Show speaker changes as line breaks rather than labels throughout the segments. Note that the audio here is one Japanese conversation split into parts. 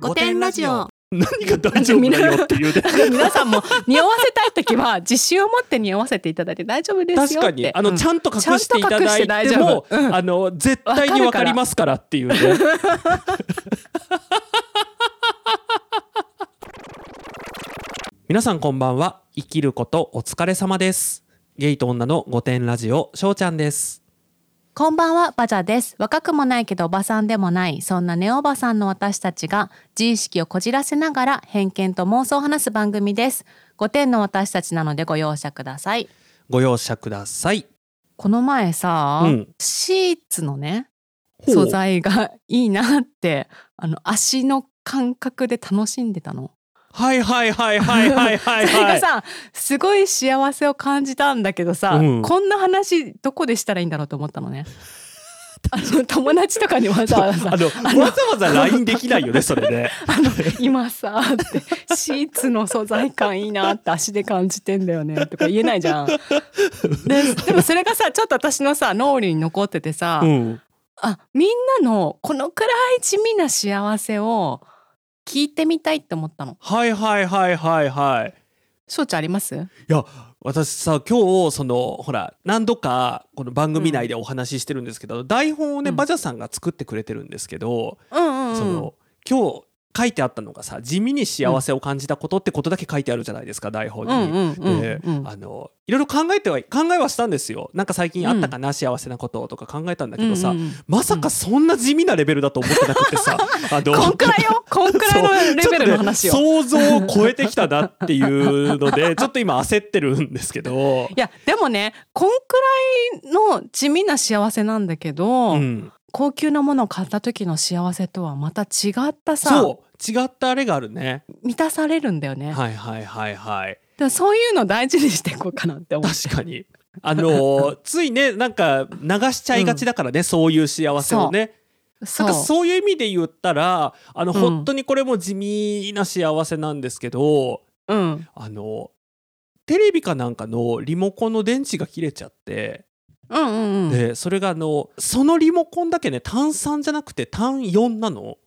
五点ラジオ。
何が大丈夫だよっていうね
皆さんも 匂わせたいときは自信を持って匂わせていただいて大丈夫で
確
すよっ
か
て。
にあの、
うん
ちゃんと隠していただい
ちゃんと隠してて大丈
も
夫、うん
あの絶対にわかりますからって いうね皆さんこんばんは生きることお疲れ様ですゲイと女の御殿ラジオしょうちゃんです
こんばんはバジャです。若くもないけどおばさんでもないそんなネオおばさんの私たちが自意識をこじらせながら偏見と妄想を話す番組です。5点の私たちなのでご容赦ください。
ご容赦ください
この前さ、
うん
シーツのね素材がいいなってあの足の感覚で楽しんでたの。
はいはいはいはいはいはい
それ
は
が
い
さすごい幸せを感じたんだけどさ、
うん
こんな話どこでしたらいいんだろうと思ったのね。あの友達とかにわざわざ
あのわざわざ LINE できないよねそれ ね
あの今さってシーツの素材感いいなって足で感じてんだよねとか言えない じゃん。ででもそれがさちょっと私のさ脳裏に残っててさ、
うん
あみんなのこのくらい地味な幸せを聞いてみたいって思ったの。
はいはいはいはいはい
しょうちゃんあります？
いや私さ今日そのほら何度かこの番組内でお話ししてるんですけど、台本をね、
うん
バジャさんが作ってくれてるんですけど、
うんうんうん。
その今日書いてあったのがさ地味に幸せを感じたことってことだけ書いてあるじゃないですか台本に。
うんうんうんうん
であのいろいろ考えては考えはしたんですよなんか最近あったかな、幸せなこととか考えたんだけどさ、
うんうんうん
まさかそんな地味なレベルだと思ってなくて さあの
こんくらい よこんくらいのレベルの話を。
そうちょっとね想像を超えてきたなっていうの でちょっと今焦ってるんですけど
いやでもねこんくらいの地味な幸せなんだけど、
うん、
高級なものを買った時の幸せとはまた違ったさ
そう違ったあれがあるね
満たされるんだよね、
はいはいはいはい
でもそういうの大事にしていこうかなって思う
確かにあの ーついねなんか流しちゃいがちだからね、そういう幸せをね
そ
な
うん
かそういう意味で言ったらあの、
うん
本当にこれも地味な幸せなんですけど
うん
あのテレビかなんかのリモコンの電池が切れちゃって、
うんうんうん
でそれがあのそのリモコンだけね単3じゃなくて単4なの。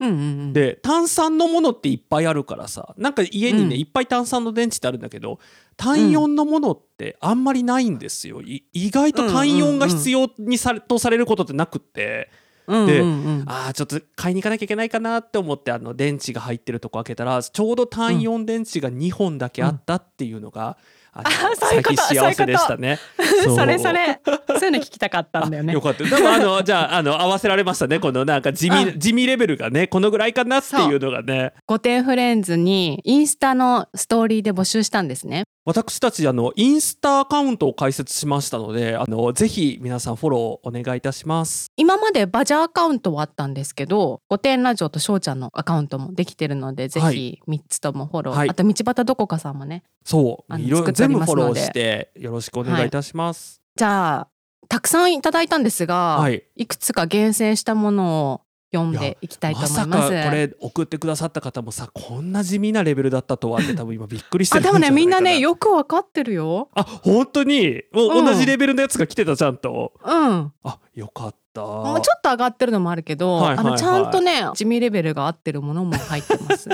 うんうん
で単酸のものっていっぱいあるからさなんか家にね、
うん
いっぱい単酸の電池ってあるんだけど単四のものってあんまりないんですよ、い意外と単四が必要にされ、とされることってなくって
うん
で
うんうん
あーちょっと買いに行かなきゃいけないかなって思ってあの電池が入ってるとこ開けたらちょうど単四電池が2本だけあったっていうのが、あの
そういう
最
こと
近幸せでしたね。 う
それ それそういうの聞きたかったんだよね
よかった。でもあの じゃああの合わせられましたねこのなんか地味地味レベルがねこのぐらいかなっていうのがね。
御殿フレンズにインスタのストーリーで募集したんですね
私たちあのインスタアカウントを開設しましたのであのぜひ皆さんフォローお願いいたします
今までバジャーアカウントはあったんですけど「御殿ラジオ」と翔ちゃんのアカウントもできてるのでぜ
は
ひ
い
3つともフォロー、
はい
あと道端どこかさんもね
そう
あの
いろいろ
作ってお
全
り
部フ
ます
ォ
ので
ローしてよろしくお願いいたします
じゃあたくさんいただいたんですが、
はい、
いくつか厳選したものを読んでいきたいと
ま
思います
さかこれ送ってくださった方もさこんな地味なレベルだったとはって多分今びっくりして
あ
るんじ
で
ゃな
も
いかな
ねみんなねよくわかってるよ
あ本当にもう
うん
同じレベルのやつが来てたちゃんと、
うん
あよかった
もうちょっと上がってるのもあるけど、
はいはいはい
あのちゃんとね地味レベルが合ってるものも入って ます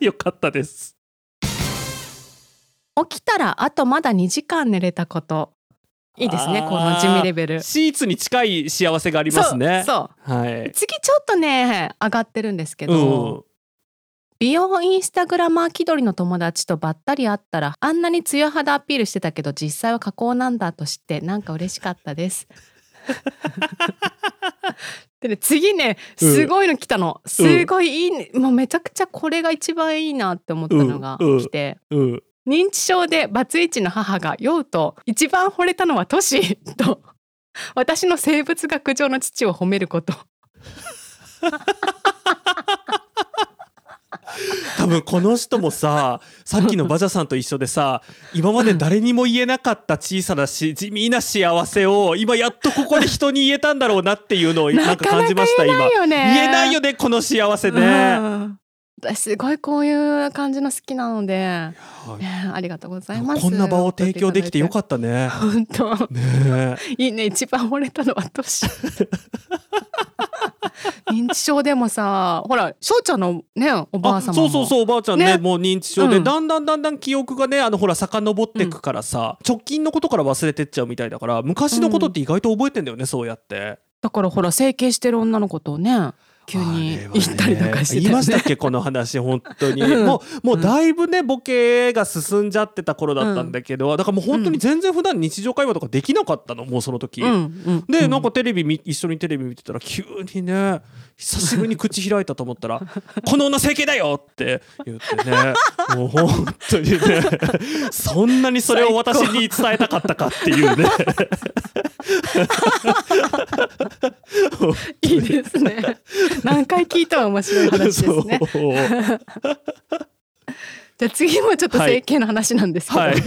よかったです
起きたらあとまだ2時間寝れたこといいですね
あー
この地味レベル
シーツに近い幸せがありますね
そうそう
はい
次ちょっとね上がってるんですけど、
うん
美容インスタグラマー気取りの友達とばったり会ったらあんなに強肌アピールしてたけど実際は加工なんだと知ってなんか嬉しかったです。 でね次ね
うん
すごいの来たの、すごいいい、ね、もうめちゃくちゃこれが一番いいなって思ったのが
うんうん
来て、
うん
認知症でバツイチの母が酔うと一番惚れたのはトシと私の生物学上の父を褒めること。
多分この人も ささっきのバジャさんと一緒でさ今まで誰にも言えなかった小さなし地味な幸せを今やっとここで人に言えたんだろうなっていうの をなんか感じました
なかな
今
か言えないよね
言えないよねこの幸せね、
うん私すごいこういう感じの好きなので、
はい
ね、ありがとうござい
で
ま
も
す
こんな場を提供できてよ
っ
かったね
た本当
ねえ
いいね一番惚れたのはトシ 認知症でもさほら翔ちゃんのねおばあ様も
そうそうそうおばあちゃんね
ね
もう認知症で、
うん
だんだんだんだん記憶がねあのほら遡ってくからさ、直近のことから忘れてっちゃうみたいだから昔のことって意外と覚えてんだよね、そうやって
だからほら整形してる女の子とね急に
あれはね
行ったりなんかしてた
言い
よ
ました
ね
っけこの話本当 に、
うん
もうもうだいぶねボケが進んじゃってた頃だったんだけど、だからもう本当に全然普段日常会話とかできなかったのもうその時、
うんうん
で、
うん
なんかテレビみ一緒にテレビ見てたら急にね久しぶりに口開いたと思ったら 「この女整形だよ!」って言ってねもう本当にねそんなにそれを私に伝えたかったかっていうね
いいです ね何回聞いたら面白い話で
そう
すねじゃあ次もちょっと整形の話なんですけど、
はい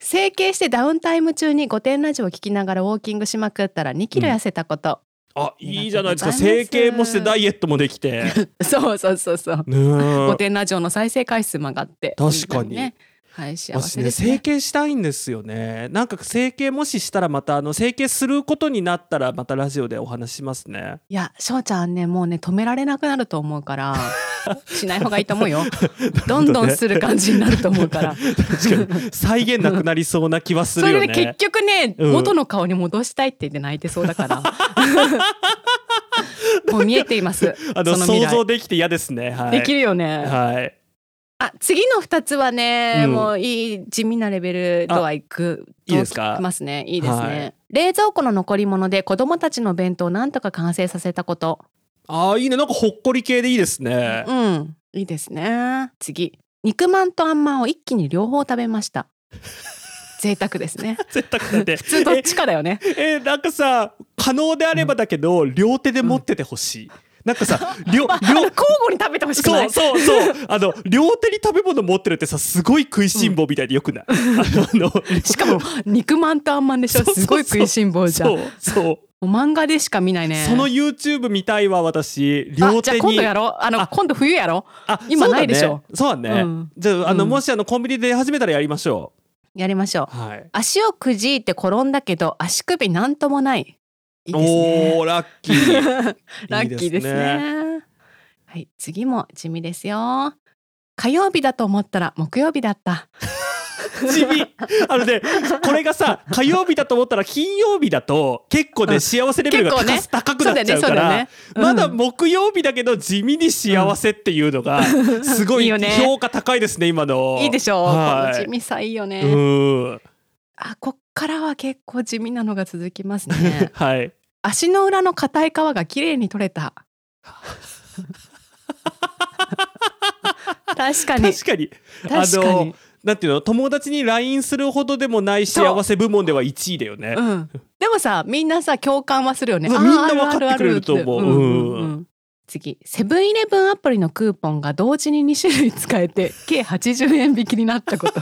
整形してダウンタイム中に御殿ラジオを聞きながらウォーキングしまくったら2キロ痩せたこと、
あいいじゃないですか
あ
整
りがとうございます
形もしてダイエットもできてね
そうそうそうそう御
え
殿ラジオの再生回数も上がって
確かに
みんなねはい幸
私
せ
ね
です
整
ね
形したいんですよねなんか整形もししたらまたあの整形することになったらまたラジオでお話しますね
いや翔ちゃんねもうね止められなくなると思うから しない方がいいと思うよどんどんする感じになると思うから
確かに再現なくなりそうな気はす
そ
るよ
れで
ね
ね結局ね、
うん
元の顔に戻したいって言って泣いてそうだ からもう見えています
あの
その未
想
来
像できて嫌ですねはい
できるよね、
はい
あ次の2つはね、
うん
もういい地味なレベルとはいく
あいいですか
ときますねいいですね、
はい
冷蔵庫の残り物で子供たちの弁当をなんとか完成させたこと
あーいいねなんかほっこり系でいいですね、
うんいいですね次肉まんとあんまんを一気に両方食べました 贅沢ですね
絶対だって
普通どっちかだよね
ええなんかさ可能であればだけど、両手で持っててほしい、なんかさ 両両
あの交互に食べてほしくな
そう
い
そうそうあの両手に食べ物持ってるってさすごい食いしん坊みたいでよくない、あの
しかも肉まんとあんまんでしょ
そうそうそう
すごい食いしん坊じゃん
そ
も
うそう
う漫画でしか見ないね
その YouTube 見たいわ私両
あじゃあ
手
今
に
度やろうあの
あ
今度冬やろ
あ
今ないでしょ
そうだねそうだね、
うん
じゃああの、
うん
もしあのコンビニで始めたらやりましょ
うやりましょう
うはい
足をくじいて転んだけど足首なんともない。いいで
お
すね。
ーラッキー
ラッキーですね。はい、次も地味ですよ。火曜日だと思ったら木曜日だった。
地味あのねこれが さ火曜日だと思ったら金曜日だと結構
うん
ね幸せレベルが高,、
結構ね
高くなっちゃうから
うん
まだ木曜日だけど地味に幸せっていうのがすご
いい
い
よね
評価高いですね今の
いいでしょう。こ
は
の
い
地味さいいよね。
うん。
あ、こっからは結構地味なのが続きますね
はい
足の裏の硬い皮が綺麗に取 れた。確かに
確かに
確かに、
なんていうの友達に LINE するほどでもない幸せ部門では1位だよね
うん、でもさみんなさ共感はするよね。
そう
あー
みんな分
ああ
かってくれると思う
ああ
うん
んん次セブンイレブンアプリのクーポンが同時に2種類使 えて計80円引きになったこと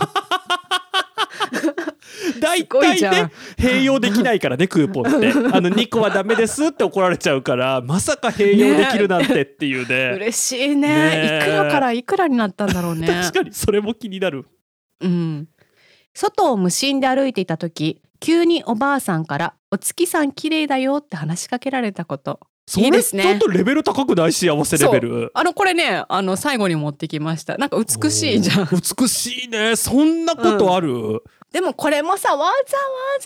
大
ごい
体
じゃん
ね併用できないからねクーポン ってあの2個はダメですって怒られちゃうからまさか併用できるなんてっていうね
嬉しいね
ねえ
いくらからいくらになったんだろうね
確かにそれも気になる
うん、外を無心で歩いていた時急におばあさんから「お月さん綺麗だよ」って話しかけられたこと
それ
いいですね
ちょっとレベル高くない幸せレベル
あのこれねあの最後に持ってきましたなんか美しいじゃん
美しいねそんなことある、
でもこれもさわざわ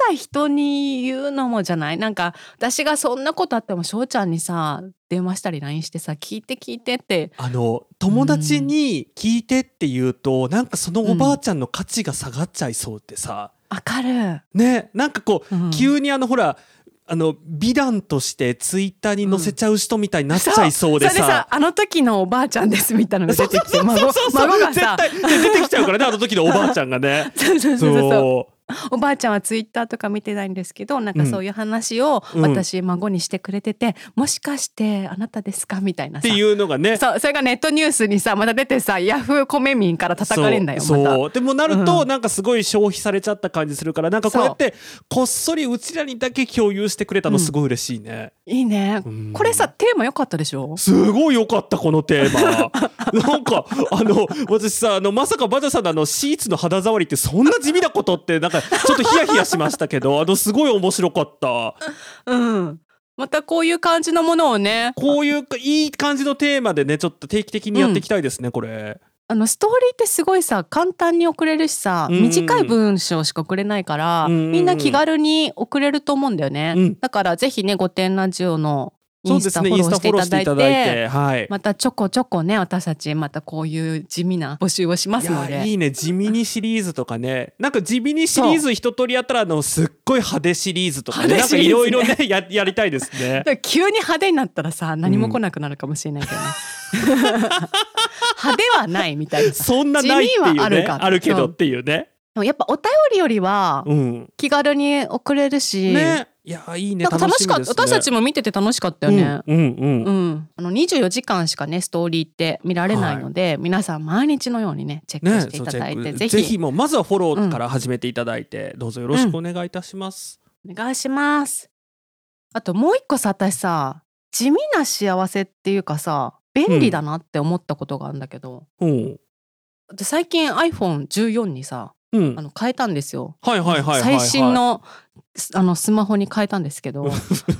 ざ人に言うのもじゃないなんか私がそんなことあっても翔ちゃんにさ電話したり LINE してさ聞いて聞いてって
あの友達に聞いてって言うと、なんかそのおばあちゃんの価値が下がっちゃいそうってさ、
わかる、
ねなんかこう、
うん
急にあのほらあの美談としてツイッターに載せちゃう人みたいになっちゃいそうで
それ
さ。
あの時のおばあちゃんですみたいなのが出てきて孫
そうそう
孫がさ。
絶対出てきちゃうからねあの時のおばあちゃんがね
そうそう そうそう
そう
おばあちゃんはツイッターとか見てないんですけどなんかそういう話を
うん
私孫にしてくれてて、もしかしてあなたですかみたいな
っ
さ
ていうのがね
そうそれがネットニュースにさまた出てさヤフーコメ民から叩かれんだよ
そう
また。
そうでもなると、
うん
なんかすごい消費されちゃった感じするからなんかこうやってこっそりうちらにだけ共有してくれたのすごい嬉しいね、
いいね、
うん
これさテーマ良かったでしょ
すごい良かったこのテー マなんかあの私さあのまさかバジャさんのあのシーツの肌触りってそんな地味なことってなんかちょっとヒヤヒヤしましたけどあのすごい面白かった
うんまたこういう感じのものをね
こういうかいい感じのテーマでねちょっと定期的にやっていきたいですね、これ
あのストーリーってすごいさ簡単に送れるしさ、
うんうん
短い文章しか送れないから、
うんうんうん
みんな気軽に送れると思うんだよね、
うん
だからぜひね「御殿ラジオ」のイ
そ
ン
うで
ス
す
タフ
ね
ォ
イ
ロ
ンス
ー
タ
して
フォロ
い
ー
た
して
だ
い
いて
ただいてはい、
またちょこちょこね私たちまたこういう地味な募集をしま
い
すの
や
で
いいね地味にシリーズとかねなんか地味にシリーズ一通りやったらあのすっごい派手シリーズとかねなん
派
か
手シ
い
リー
ろ
ズ
いろね
ね
ややりたいですね
だから急に派手になったらさ何も来なくなるかもしれない けどね、派手はないみたいなで
そんなないっていう
地味は
ね
あ
あ
る
る
か
けどっていうね
もやっぱお便りよりは
うん
気軽に送れるし、
ねいやいいね
なんか楽しかった、
みですね
私たちも見てて楽しかったよね、
うんうんう
う
ん
ん、あの24時間しかねストーリーって見られないので、皆さん毎日のようにねチェック
ね
してい
そう
た
チェ
だいて、
ック
ぜひ
ぜひもうまずはフォローから始めていただいて、どうぞよろしくお願いいたします、
お願いしますあともう一個さ私さ地味な幸せっていうかさ便利だなって思ったことがあるんだけど、
うん
私最近 iPhone14 にさ
うん
あの変えたんですよ、
はいはいはいはい、はい、
最新のすあのスマホに変えたんですけど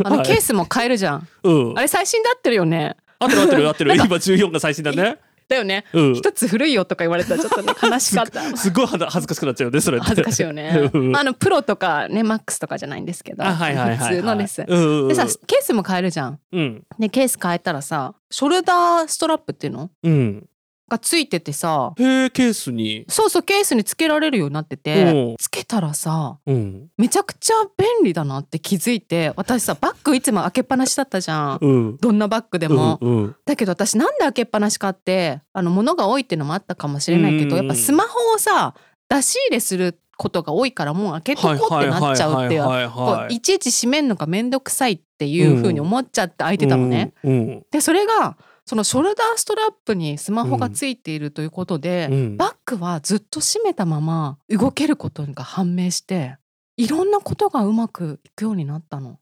あの
はい
ケースも変えるじゃん
うん
あれ最新だってるよね
合ってる合ってる合ってる
なんか
今14が最新だね
だよね
うん
一つ古いよとか言われたらちょっ とね悲しかった
すごいはだ恥ずかしくなっちゃうよねそれって。
恥ずかしいよね
うん
まああのプロとかねマックスとかじゃないんですけど、
あはいはいはい、はい、
普通のです。
うんうんうん、
でさケースも変えるじゃん。
うん
でケース変えたらさショルダーストラップっていうの
うん
がついててさ
へえケースに
そうそうケースにつけられるようになってて
おう
つけたらさ
うん
めちゃくちゃ便利だなって気づいて私さバッグいつも開けっぱなしだったじゃん。
うん
どんなバッグでも、
うんうん
だけど私なんで開けっぱなしかってあの物が多いっていうのもあったかもしれないけど、
うんうんうん
やっぱスマホをさ出し入れすることが多いからもう開けとこうってなっちゃうっていう
はいはい
こ
は
う
い
いちいち閉めんのがめんどくさいっていう風に思っちゃって開いてたのね。。
うん
でそれがそのショルダーストラップにスマホがついているということで、
うん
バッグはずっと閉めたまま動けることが判明していろんなことがうまくいくようになったの。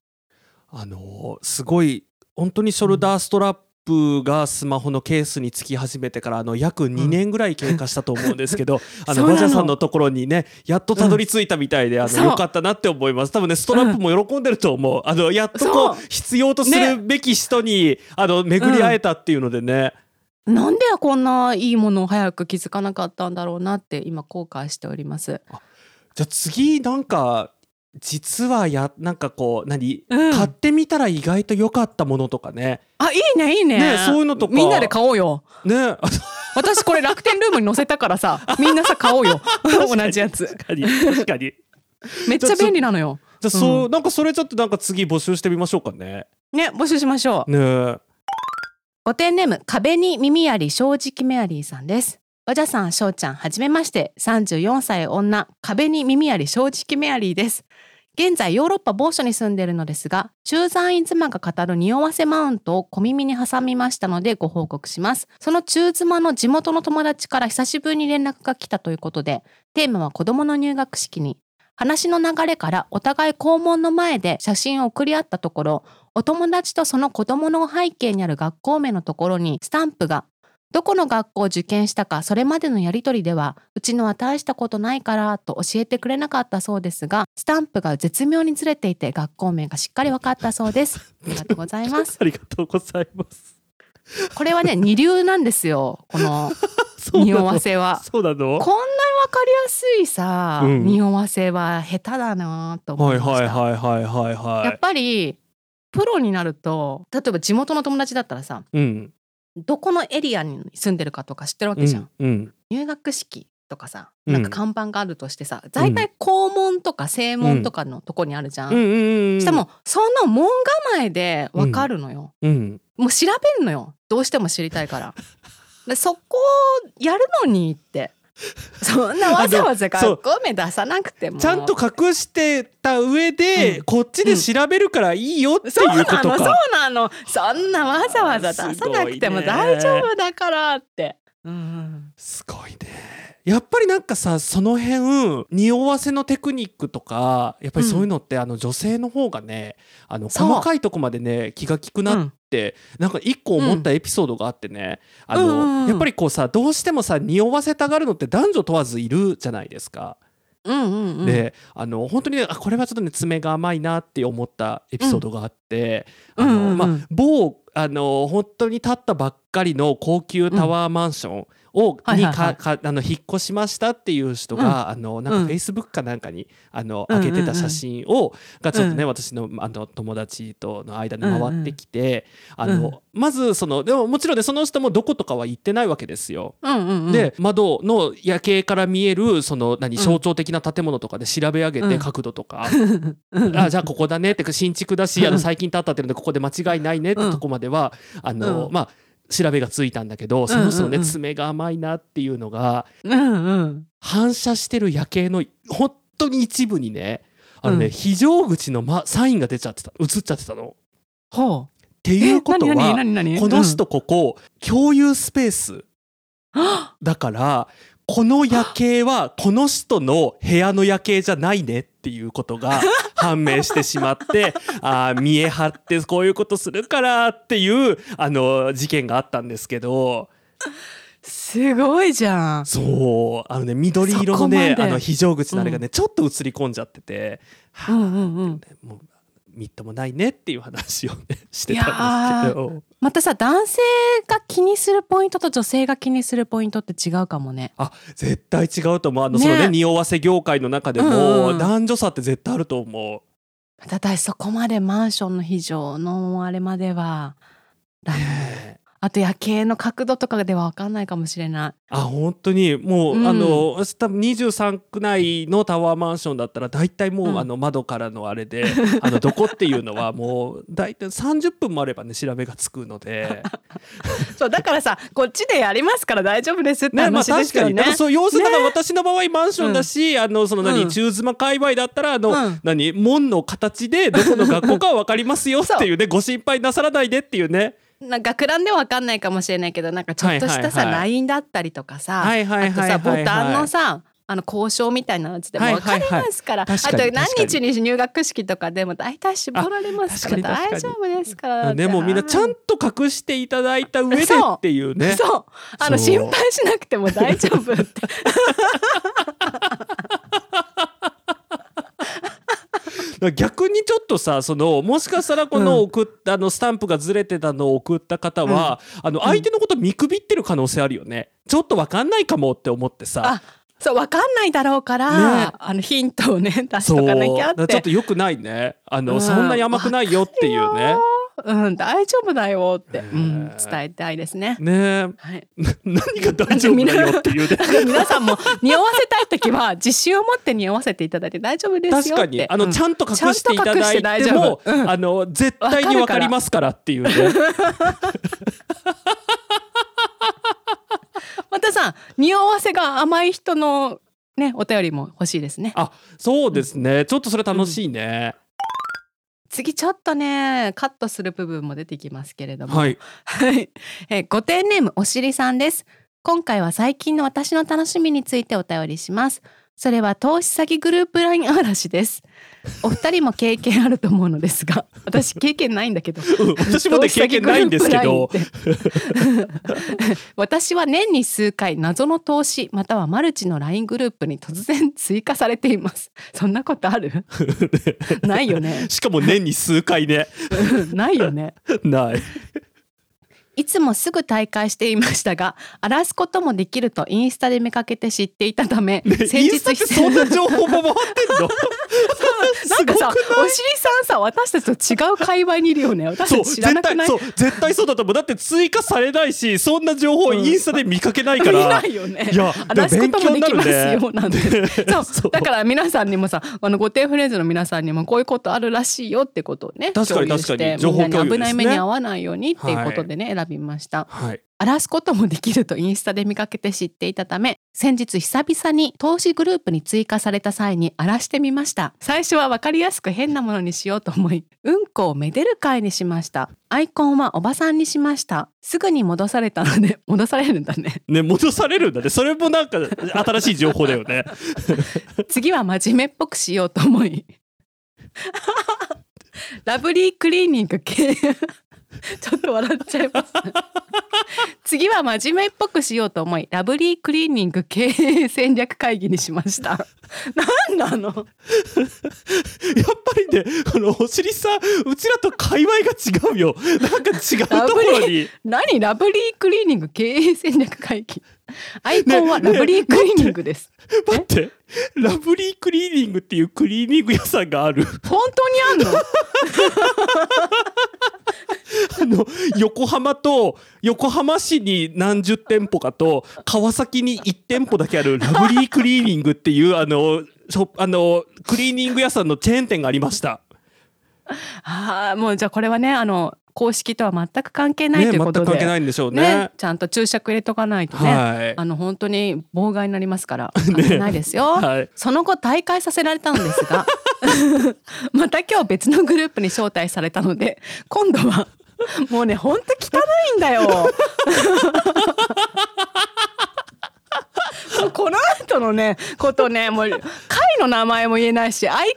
あのーすごい本当にショルダーストラップがスマホのケースにつき始めてからあの約2年ぐらい経過したと思うんですけど、 あ
そう
の
なの
バジャさんのところにねやっとたどり着いたみたいで、あ
そう
のよかったなって思います多分ねストラップも喜んでると思う、あのやっとこう
そう
必要とす
ね
るべき人に、あの巡り会えたっていうのでね、
なんでこんないいものを早く気づかなかったんだろうなって今後悔しております。
じゃあ次なんか実はやなんかこう何、
うん
買ってみたら意外と良かったものとかね
あいいねいいね
ねそういうのとか
みんなで買おうよ。
ねあ
私これ楽天ルームに載せたか らさみんなさ買おうよ 同じやつ。
確かに確かに
めっちゃ便利なのよ。
じゃあそう、なんかそれちょっとなんか次募集してみましょうかね。
ね、募集しましょう。
ねえ
ごてんネーム、壁に耳あり、正直メアリーさんです。わじゃさん、しょうちゃん、はじめまして。34歳女、壁に耳あり、正直メアリーです。現在、ヨーロッパ某所に住んでいるのですが、駐在員妻が語る匂わせマウントを小耳に挟みましたのでご報告します。その中妻の地元の友達から久しぶりに連絡が来たということで、テーマは子供の入学式に。話の流れからお互い校門の前で写真を送り合ったところ、お友達とその子供の背景にある学校名のところにスタンプがどこの学校を受験したかそれまでのやり取りではうちのは大したことないからと教えてくれなかったそうですがスタンプが絶妙にずれていて学校名がしっかり分かったそうですありがとうございます
ありがとうございます。
これはね二流なんですよこの
そうな
匂
の
わ。せは
そうなの
こんな。に分かりやすいさ、
うん
匂わせは下手だなと思
はいい
ました、
はいはいはいはい
や
は
っ
い。
ぱりプロになると例えば地元の友達だったらさ
うん。
どこのエリアに住んでるかとか知ってるわ
う
けじゃん、
ん。うん。
入学式とかさ
うん
なんか看板があるとしてさ、大体校門とか正門とかのとこにあるじゃん、
うんうんうん。
しか。もその門構えでわかるのよ、
うん。
もう調べんのよどうしても知りたいから でそこをやるのにってそんなわざわざ
あでもそう
学校名出さなくても
ちゃんと隠してた上で、
うん
こっちで調べるからいいよって
そう
い
な
うこと
のそう
か。
なのそんなわざわざ出さなくても大丈夫だからって、うん
すごいね。やっぱりなんかさその辺匂わせのテクニックとかやっぱりそういうのって、あの女性の方がねあの
そう
細かいとこまでね気が利くなっ
うん
ってなんか一個思ったエピソードがあってね、あ
うんうんう
の
ん
やっぱりこうさどうしてもさ匂わせたがるのって男女問わずいるじゃないですか。
うんうんうん。
であの本当にねあこれはちょっとね爪が甘いなって思ったエピソードがあって、
うん
あの
うんうんうん
まあ、某あの本当に建ったばっかりの高級タワーマンションを、
はい
に
はいはい
かかあの引っ越しましたっていう人が、あのなんか
うん
フェイスブックかなんかにあの
うんうん
上げてた写真を、がちょっとね、
う
私のあの友達との間に回ってきて、
んうん
あのまずそのでももちろんねその人もどことかは行ってないわけですよ。
うんうんうん。
で窓の夜景から見えるその何
うん
象徴的な建物とかで調べ上げ
う
て
ん
角度とか、
うんうん、
あじゃあここだねって新築だしあ
う
の
ん
最近建ったってるんでここで間違いないねって
うん
とこまではあの、
うん
まあ調べがついたんだけどその人の
う
ね
んうんうん
爪が甘いなっていうのが
うんうん。
反射してる夜景の本当に一部にねあのね、
うん
非常口の、ま、サインが出ちゃってた映っちゃってたの。
ほう。
っていうことは
え何何何何
この人ここ、共有スペースだからこの夜景はこの人の部屋の夜景じゃないねっていうこと が判明してしまってあー見え張ってこういうことするからっていうあの事件があったんですけど
すごいじゃん。
そうあのね緑色のね
そこまで
あの非常口のあれがね、ちょっと映り込んじゃってて、は
うんうんうん。
あもうみっともないねっていう話をねして
い
たん
や
ですけ
ー
ど。
またさ男性が気にするポイントと女性が気にするポイントって違うかもね。
あ絶対違うと思うあの、
ね
そのね匂わせ業界の中で
うん
も、
うんうん
男女差って絶対あると思う
また私そこまでマンションの非常のあれまではだね
ねえ
あと夜景の角度とかでは分かんないかもしれな
あ本当にもう、
うん
あの私多分23区内のタワーマンションだったら大体もう、
うん
あの窓からのあれであのどこっていうのはもう大体30分もあればね調べがつくので、
い。そうだからさこっちでやり ますから大丈夫ですって
ねまあ、確かにだからそう要するにだから私の場合マンションだし、あのその何、
うん
中妻界隈だったらあの、
うん
何門の形でどこの学校かは分かりますよっていうねご心配なさらないでっていうね。
なんか学ランでは分かんないかもしれないけどなんかちょっとしたさ、
はいはいはい
ラインだったりとかさ、
はいはいはいはいはい
あとさボタンのさあの交渉みたいなやつでも分かりますから、
はいはいはい確かに
あと何日に入学式とかでも大体絞られますから
あ確かに確か
大丈
に
夫ですから
ね、もうみんなちゃんと隠していただいた上で
そう
っていうね。
そうあの
そう
心配しなくても大丈夫って
だから逆にちょっとさ、そのもしかしたらこの送った、あのスタンプがずれてたのを送った方は、あの相手のこと見くびってる可能性あるよね。ちょっとわかんないかもって思ってさ。
あそう分かんないだろうから、
ね
あのヒントをね出し
そ
と
う。だ
かなきゃ
か
っ
らちょってと良くないね。あの、
うん
そんなに甘くないよっていうね。
うん大丈夫だよって、うん
ね
伝えたいですね。
ね
はい
え、何が大丈夫だよって いうね。
皆さんも匂わせたい時は自信を持って匂わせていただいて大丈夫です
確
よ
か
って。
にあの、
うん
ちゃんと隠していただい
ちゃんと隠して大
て
丈
も
夫、うん
あの絶対にわかりますからっていう ね。
またさ匂わせが甘い人のねお便りも欲しいですね。
あそうですね、ちょっとそれ楽しいね、
次ちょっとねカットする部分も出てきますけれども。
はい
はい。えー、ごてんネームおしりさんです。今回は最近の私の楽しみについてお便りします。それは投資先グループライン嵐です。お二人も経験あると思うのですが、私経験ないんだけど。
うん 私もね経験ないんですけど
投資先グループ LINE って私は年に数回謎の投資またはマルチの LINE グループに突然追加されていますそんなこと あるないよね
しかも年に数回ね
うんないよね
ない
いつもすぐ退会していましたが荒らすこともできるとインスタで見かけて知っていたため
ね
先
インスタっ
日
てそん な情報も回ってんの
なんかさ
すごくない
おしりさんさ私たちと違う界隈にいるよね私
そ
た
う
ち知らな
絶
くな
対
い
そう絶対そうだと思うだって追加されないしそんな情報
うん
インスタで見かけないか
い
ら、
ないよね
いやでも
話す
勉
こ
強
とも
に
で
な
き
る
ます
ね
よな んてそう
そう
だから皆さんにもさあのごてフレンズの皆さんにもこういうことあるらしいよってことをね
確かに
共有して
確かに情報共有ですね
みんなに危ない目に遭わないようにっていうことでね、選びました
はい
荒らすこともできるとインスタで見かけて知っていたため先日久々に投資グループに追加された際に荒らしてみました最初は分かりやすく変なものにしようと思いうんこをめでる会にしましたアイコンはおばさんにしましたすぐに戻されたので戻されるんだね
ね戻されるんだねそれもなんか新しい情報だよ ね
次は真面目っぽくしようと思いラブリークリーニング系ちょっと笑っちゃいます次は真面目っぽくしようと思いラブリークリーニング経営戦略会議にしましたなんなの
やっぱりねこのお尻さんうちらと界隈が違うよなんか違うところに
何ラブリークリーニング経営戦略会議アイコンはラブリークリーニングです、
待ってラブリークリーニングっていうクリーニング屋さんがある
本当にあんの
あの横浜と横浜市に何十店舗かと川崎に1店舗だけあるラブリークリーニングっていうあのショップあのクリーニング屋さんのチェーン店がありました。
ああもうじゃあこれはねあの公式とは全く関係ない
ね
という
全く
こと
関
で、
係ないんでしょうね。
ちゃんと注釈入れとかないとね、
はい
あの本当に妨害になりま すから危ないですよ、
はい
その後退会させられたのですが また今日別のグループに招待されたので今度はもうね本当汚いんだよもうこの後のねことねもう会の名前も言えないしアイ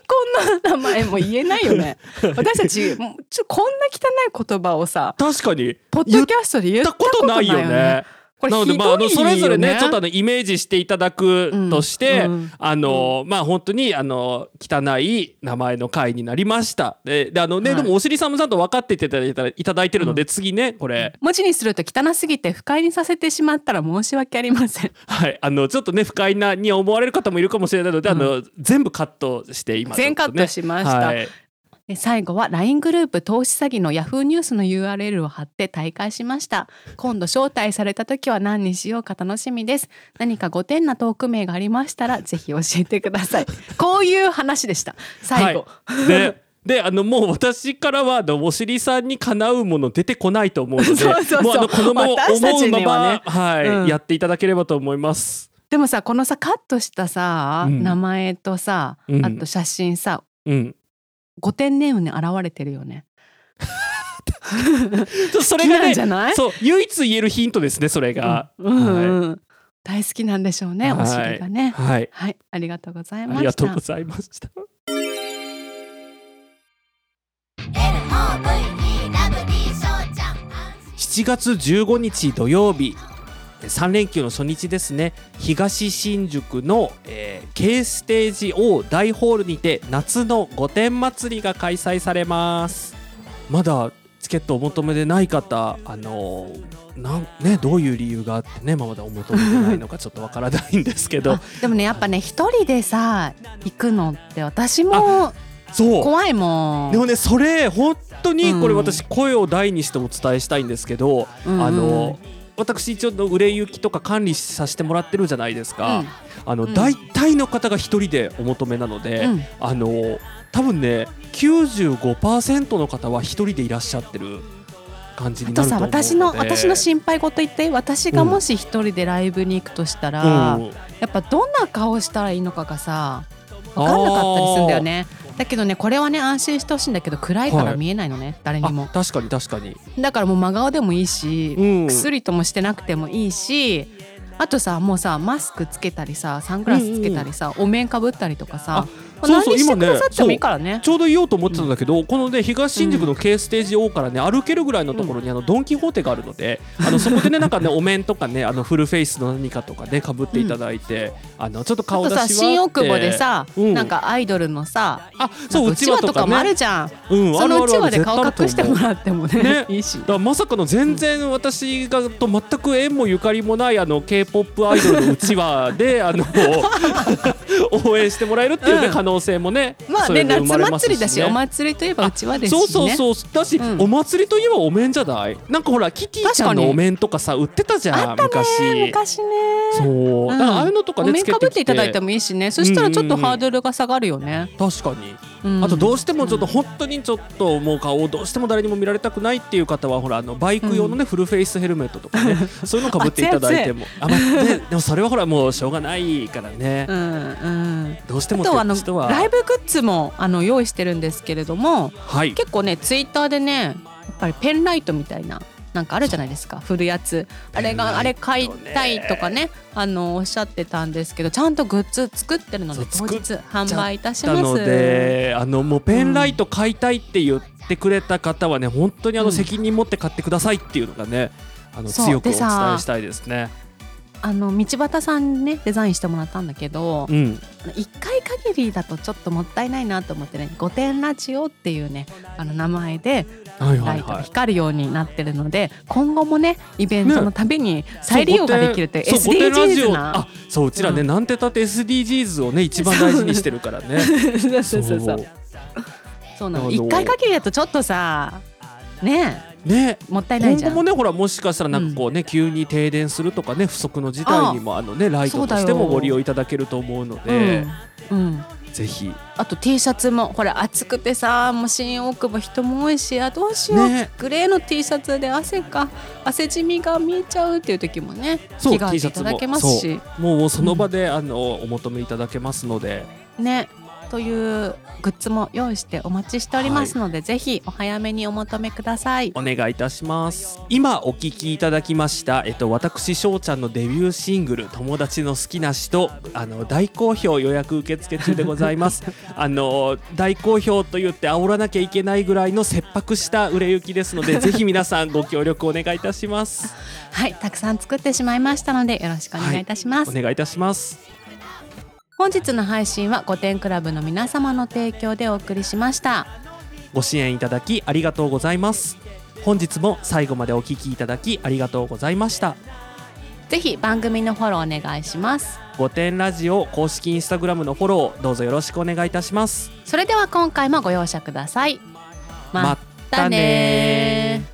コンの名前も言えないよね私たちもうちょこんな汚い言葉をさ
確かに
ポッドキャストで
言
言
っ
った
た
こ
こと
とな
ないい
よ
よ
ね
ね。。
これ
なので、
ひどい
まあ、あの、それぞれ
よ
ね
ね、
ちょっとあの、イメージしていただくとして、
うんうん
あの、まあ、本当に、あの、汚い名前の回になりました。で、であのね、
はい
でも、お尻さんもちゃんと分かっていただいたいただいてるので、次ね、これ、
文字にすると汚すぎて不快にさせてしまったら申し訳ありません。
はい、あの、ちょっとね、不快なに思われる方もいるかもしれないので、あの、全部カットして、今、
全カット
し
しました。
はい、
で最後は LINE グループ投資詐欺の Yahoo ニュースの URL を貼って大会しました。今度招待された時は何にしようか楽しみです。何か5点なトーク名がありましたらぜひ教えてく ださい。こういう話でした。最後。
はい、でであのもう私からはあのお尻さんにかなうもの出てこないと思うので
そうそうそう
もうあのこのまま
私た
思
ち
うま
にはね
ま、はい
うん
やっていただければと思います。
でもさこのさカットしたさ、
うん
名前とさ、
うん
あと写真さ
うん、
5点ネームに現れてるよね。
ちょそれ
好
が
きなん
ね
じゃない
そう唯一言えるヒントですねそれが。
うんうんうん大好きなんでしょうね、
はい
お尻がね。
はい、
はい、ありがとうござい
あ
ま
りが
し
とうご
た。
ざいました。7月15日土曜日3連休の初日ですね東新宿の、えー K ステージ O 大ホールにて夏の御殿祭りが開催されますまだチケットお求めでない方あのーなんねどういう理由があってねまだお求めでないのかちょっとわからないんですけ ど
あでもねやっぱね一人でさ行くのって私も
そう
怖いもん。
でもねそれ本当にこれ
うん
私声を大にしてお伝えしたいんですけど、
うんうん
あの私一応の売れ行きとか管理させてもらってるじゃないですか、
うん
あの
うん
大体の方が一人でお求めなので、
うん
あの多分ね95%の方は一人でいらっしゃってる感じ
あ
にな
と
ると
さ
思うので
私の私の
知
心配事言って私がもし一人でライブに行くとしたら、やっぱどんな顔したらいいのかがさ分かんなかったりするんだよね。だけどねこれはね安心してほしいんだけど暗いから見えないのね、誰にも
あ確かに確かに、
だからもう真顔でもいいし、
うん
薬ともしてなくてもいいしあとさもうさマスクつけたりさサングラスつけたりさ、お面かぶったりとかさ
あそうそう
何して
今
く
ね
ださってもいいからね
ちょうど言おうと思ってたんだけど、このね東新宿の K ステージ O からね歩けるぐらいのところにあのドン・キホーテがあるので、あのそこ でねなんかねお面とかねあのフルフェイスの何かとかねかぶっていただいて、あのちょっと
あ
顔
と
出しは
さ新大久保でさ、
うん
なんかアイドルのさ
あそう
なん
う
か
ちわと
とか
か
も
ね
あるじゃん、
うん
そ
あるあ
の
る
うちわで
絶対
顔
あると
隠して
思う
もらってもね
ね
いい
だ
し
からまさかの全然私がと全く縁もゆかりもないあの K-POP アイドルのうちわで あの応援してもらえるっていうね、
うん
可能性もね
まあ
それ
ね
で生
夏
まれますし
祭りだし
ね
お祭りといえばうちわですしね
そうそうそうだし、
うん
お祭りといえばお面じゃないなんかほらキティちゃん
確かに
のお面とかさ売ってたじゃん
ね
昔
昔ね
そう、だからああいうのとかね
お面
つけ
か
て
ぶっ
き
て
て
いただいてもいいしねそしたらちょっとハードルが下がるよね、
確かに、
うん
あとどうしてもちょっと本当にちょっともう顔をどうしても誰にも見られたくないっていう方はほらあのバイク用のね、フルフェイスヘルメットとかねそういうのかぶっていただいてもあ、まあね、でもそれはほらもうしょうがないからね、
うんうん
どうして
あ
も
とはあ
っ
の
て人は
ライブグッズもあの用意してるんですけれども
はい
結構ねツイッターでねやっぱりペンライトみたいななんかあるじゃないですか振るやつあれがあ
ペ
れ
ンラ
買
イ
い
トね
たいとかねあのおっしゃってたんですけどちゃんとグッズ作ってるので
そ
当
う
日販売いたしま
な
す
のであのもうペンライト買いたいって言ってくれた方はね、本当にあ
う
の
ん
責任持って買ってくださいっていうのがね、あの
そう
強くお
で
伝
さ
えしたいですね。
あの道端さんにねデザインしてもらったんだけど
うん、
1回限りだとちょっともったいないなと思ってね「御殿ラジオ」っていうねあの名前で
はいは
ラ
い
イトが
はい。
光るようになってるので今後もねイベントのたびに再利用ができるって
そう御殿そう御殿ラジ
SDGs
オ
な
あ、そううちらね、
う
なんてたって SDGs をね一番大事にしてるからね。
そうそうそうそうそうな
あ
の
の
一回限りだとちょっとさね
ね。
えもったいない
今
じゃ
後
ん
もねほらもしかしたらなんかこうね、急に停電するとかね不測の事態にもあのねライトとして
そうだ
も
よ
ご利用いただけると思うので、
うんうん、
ぜひ
あと T シャツもほら暑くてさもう新大久保人も多いしあどうしよう、
ね
グレーの T シャツで汗か汗じみが見えちゃうっていう時もね
そう
着替えていただけますし
もうもうその場で、あのお求めいただけますので
ねというグッズも用意してお待ちしておりますので、ぜひお早めにお求めください。
お願いいたします今お聞きいただきました、えっと、私翔ちゃんのデビューシングル「友達の好きな人」あの大好評予約受付中でございます あの大好評と言って煽らなきゃいけないぐらいの切迫した売れ行きですの でぜひ皆さんご協力お願いいたします
はい、たくさん作ってしまいましたのでよろしくお願いいたします
お。願いいたします
本日の配信は御殿クラブの皆様の提供でお送りしました。
ご支援いただきありがとうございます本日も最後までお聞きいただきありがとうございました
ぜひ番組のフォローお願いします。
御殿ラジオ公式インスタグラムのフォローどうぞよろしくお願いいたします
それでは今回もご容赦ください。
まったねー